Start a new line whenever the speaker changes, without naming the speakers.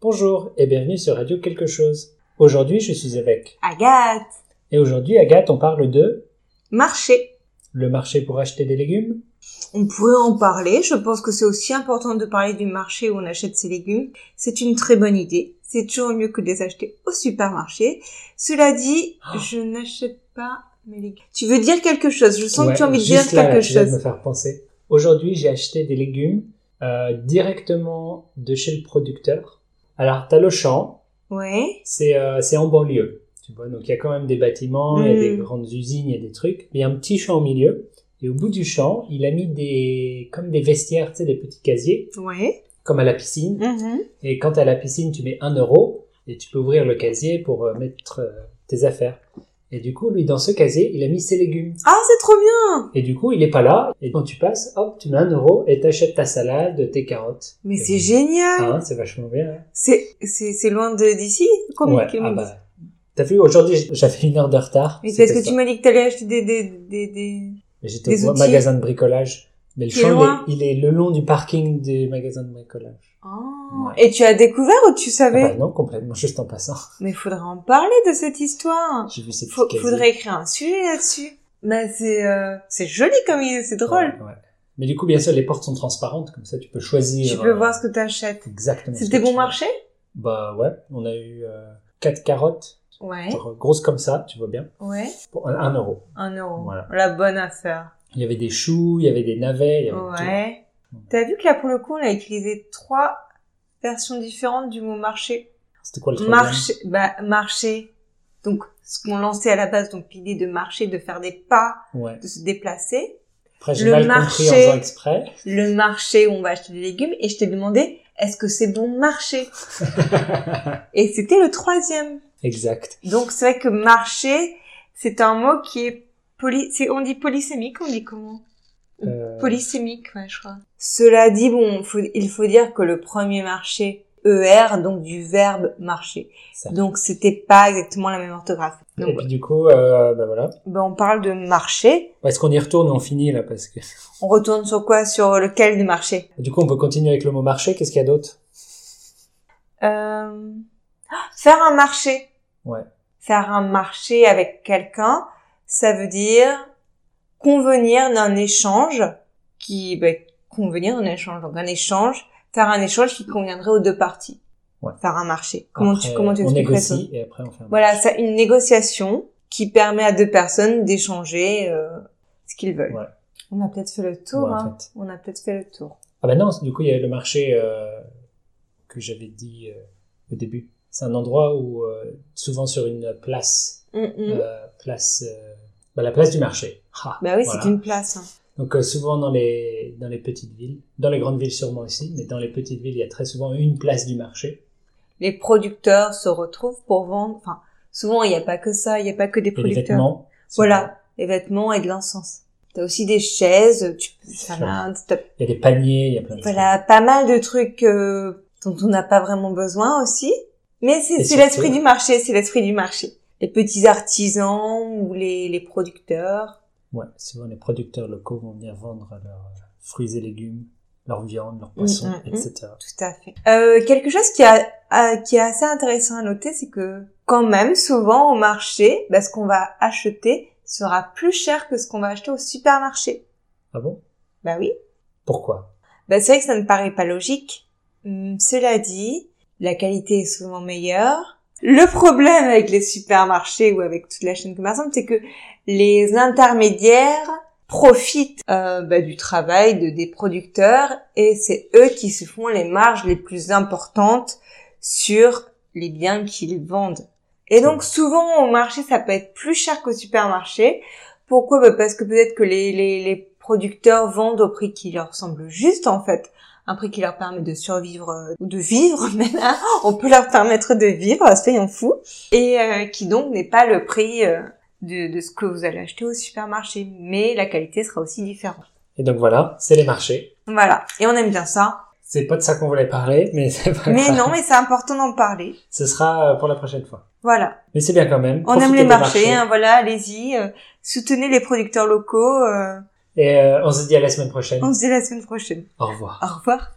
Bonjour et bienvenue sur Radio Quelque chose. Aujourd'hui, je suis avec.
Agathe,
Et aujourd'hui, Agathe, on parle de
marché.
le marché pour acheter des légumes.
On pourrait en parler, je pense que c'est aussi important de parler du marché où on achète ses légumes. C'est une très bonne idée, c'est toujours mieux que de les acheter au supermarché. Cela dit,
Oh.
je n'achète pas mes légumes. Tu veux dire quelque chose, je sens
Ouais,
que tu as envie de
juste
dire
là, là,
quelque
tu viens de
chose.
me faire penser. Aujourd'hui, j'ai acheté des légumes euh, directement de chez le producteur. Alors, t'as le champ,
Ouais,
c'est euh, c'est en banlieue. Tu vois, donc il y a quand même des bâtiments, il y a des
Mm.
grandes usines, il y a des trucs. Il y a un petit champ au milieu. Et au bout du champ, il a mis des comme des vestiaires, tu sais, des petits casiers,
ouais.
comme à la piscine.
Mhm.
Et quand à la piscine, tu mets un euro et tu peux ouvrir le casier pour euh, mettre euh, tes affaires. Et du coup, lui, dans ce casier, il a mis ses légumes.
Ah, c'est trop bien
Et du coup, il est pas là. Et quand tu passes, hop, tu mets un euro et t'achètes ta salade, tes carottes.
Mais
Et
c'est
voilà.
génial
Eh Ah, c'est vachement bien. hein.
C'est c'est c'est loin de d'ici Combien
ouais,
de
ah
kilomètres
bah. T'as vu, aujourd'hui, j'avais une heure de retard.
Mais parce
C'était
que
ça.
tu m'as dit que t'allais acheter des... des, des, des...
Mais J'étais
des
au
outils.
magasin de bricolage. Mais le
Qui est
champ,
loin.
il est, il est le long du parking du magasin de bricolage.
Ah.
Ouais.
Et tu as découvert ou tu
Ah
savais
bah non, complètement, juste en passant.
Mais faudrait en parler de cette histoire.
J'ai vu ces petits
Faut-
casiers.
faudrait écrire un sujet là-dessus. Mais c'est euh, c'est joli comme idée, c'est drôle.
Ouais, ouais. Mais du coup, bien sûr, les portes sont transparentes, comme ça tu peux choisir.
tu peux
euh,
voir ce que t'achètes.
Exactement. ce
C'était
que
bon
tu veux.
marché
Bah ouais, on a eu euh, quatre carottes,
Ouais,
genre, grosses comme ça, tu vois bien,
ouais.
pour un, un euro.
Un euro.
Voilà.
La bonne affaire.
Il y avait des choux, il y avait des navets, il y avait
Ouais.
tout.
T'as vu que là, pour le coup, on a utilisé trois versions différentes du mot marché.
tout. C'était quoi le troisième
Marché, bah, marché. Donc, ce qu'on lançait à la base, donc l'idée de marcher, de faire des pas,
Ouais.
de se déplacer.
Après, j'ai
Le
mal compris en
marché.
faisant exprès.
le marché où on va acheter des légumes et je t'ai demandé est-ce que c'est bon marché Et c'était le troisième.
exact.
Donc c'est vrai que marché, c'est un mot qui est poly... c'est on dit polysémique, on dit comment
Euh,
Polysémique, ouais, je crois. Cela dit, bon, faut- il faut dire que le premier marché ER, donc du verbe marcher.
ça.
Donc c'était pas exactement la même orthographe.
Et
Donc
puis du coup, euh, bah voilà. Bah,
ben, on parle de marché.
Est-ce qu'on y retourne ou on finit là parce que...
On retourne sur quoi Sur lequel de marché
Du coup, on peut continuer avec le mot marché. Qu'est-ce qu'il y a d'autre
Euh, faire un marché.
Ouais.
Faire un marché avec quelqu'un, ça veut dire convenir d'un échange qui, ben, convenir d'un échange. Donc un échange, faire un échange qui conviendrait aux deux parties.
Ouais.
Faire un marché. Comment tu,
Après,
comment tu
On
expliquerais ça
négocie et après on fait un
Voilà,
marché.
c'est une négociation qui permet à deux personnes d'échanger euh, ce qu'ils veulent.
Ouais.
On a peut-être fait le tour.
Ouais, en
hein.
fait.
On a peut-être fait le tour.
Ah bah non, du coup, il y a le marché euh, que j'avais dit euh, au début. C'est un endroit où, euh, souvent sur une place,
Mm, mm.
euh, place euh, bah, la place du marché. Ah,
bah oui,
voilà.
c'est une place. hein.
Donc euh, souvent dans les, dans les petites villes, dans les grandes villes sûrement aussi, mais dans les petites villes, il y a très souvent une place du marché.
les producteurs se retrouvent pour vendre. Enfin, souvent, il n'y a pas que ça, il n'y a pas que des
Et les
producteurs.
vêtements. souvent.
Voilà, les vêtements et de l'encens. T'as aussi des chaises, tu peux
C'est
faire
sûr.
un- t'as-
Il y a des paniers, il y a plein de
voilà, pas mal de trucs euh, dont on n'a pas vraiment besoin aussi. Mais
Et
c'est c'est
surtout-
l'esprit du marché, c'est l'esprit du marché. Les petits artisans ou les, les producteurs.
Ouais, souvent les producteurs locaux vont venir vendre leurs euh, fruits et légumes, leurs viandes, leurs poissons,
mm, mm.
etc.
Tout à fait. Euh, quelque chose qui, a, a- qui est assez intéressant à noter, c'est que quand même, souvent au marché, bah, ce qu'on va acheter sera plus cher que ce qu'on va acheter au supermarché.
Ah bon
Bah oui.
Pourquoi
Bah, c'est vrai que ça ne paraît pas logique. Hum, cela dit, la qualité est souvent meilleure. Le problème avec les supermarchés ou avec toute la chaîne commerçante, c'est que les intermédiaires profitent euh, bah, du travail de, des producteurs et c'est eux qui se font les marges les plus importantes sur les biens qu'ils vendent. Et donc souvent au marché, ça peut être plus cher qu'au supermarché. Pourquoi Bah, Parce que peut-être que les, les, les producteurs vendent au prix qui leur semble juste en fait. Un prix qui leur permet de survivre, euh, ou de vivre, mais là, on peut leur permettre de vivre, soyons fous. Et euh, qui donc n'est pas le prix euh, de, de ce que vous allez acheter au supermarché. Mais la qualité sera aussi différente.
Et donc voilà, c'est les marchés.
Voilà. Et on aime bien ça.
C'est pas de ça qu'on voulait parler, mais c'est pas
Mais
grave.
non, mais c'est important d'en parler.
Ce sera euh, pour la prochaine fois.
Voilà.
Mais c'est bien quand même.
On
Profitez
aime les
des
marchés, hein, voilà, allez-y. euh, soutenez les producteurs locaux. euh,
Et euh, on se dit à la semaine prochaine.
on se dit la semaine prochaine.
Au revoir.
Au revoir.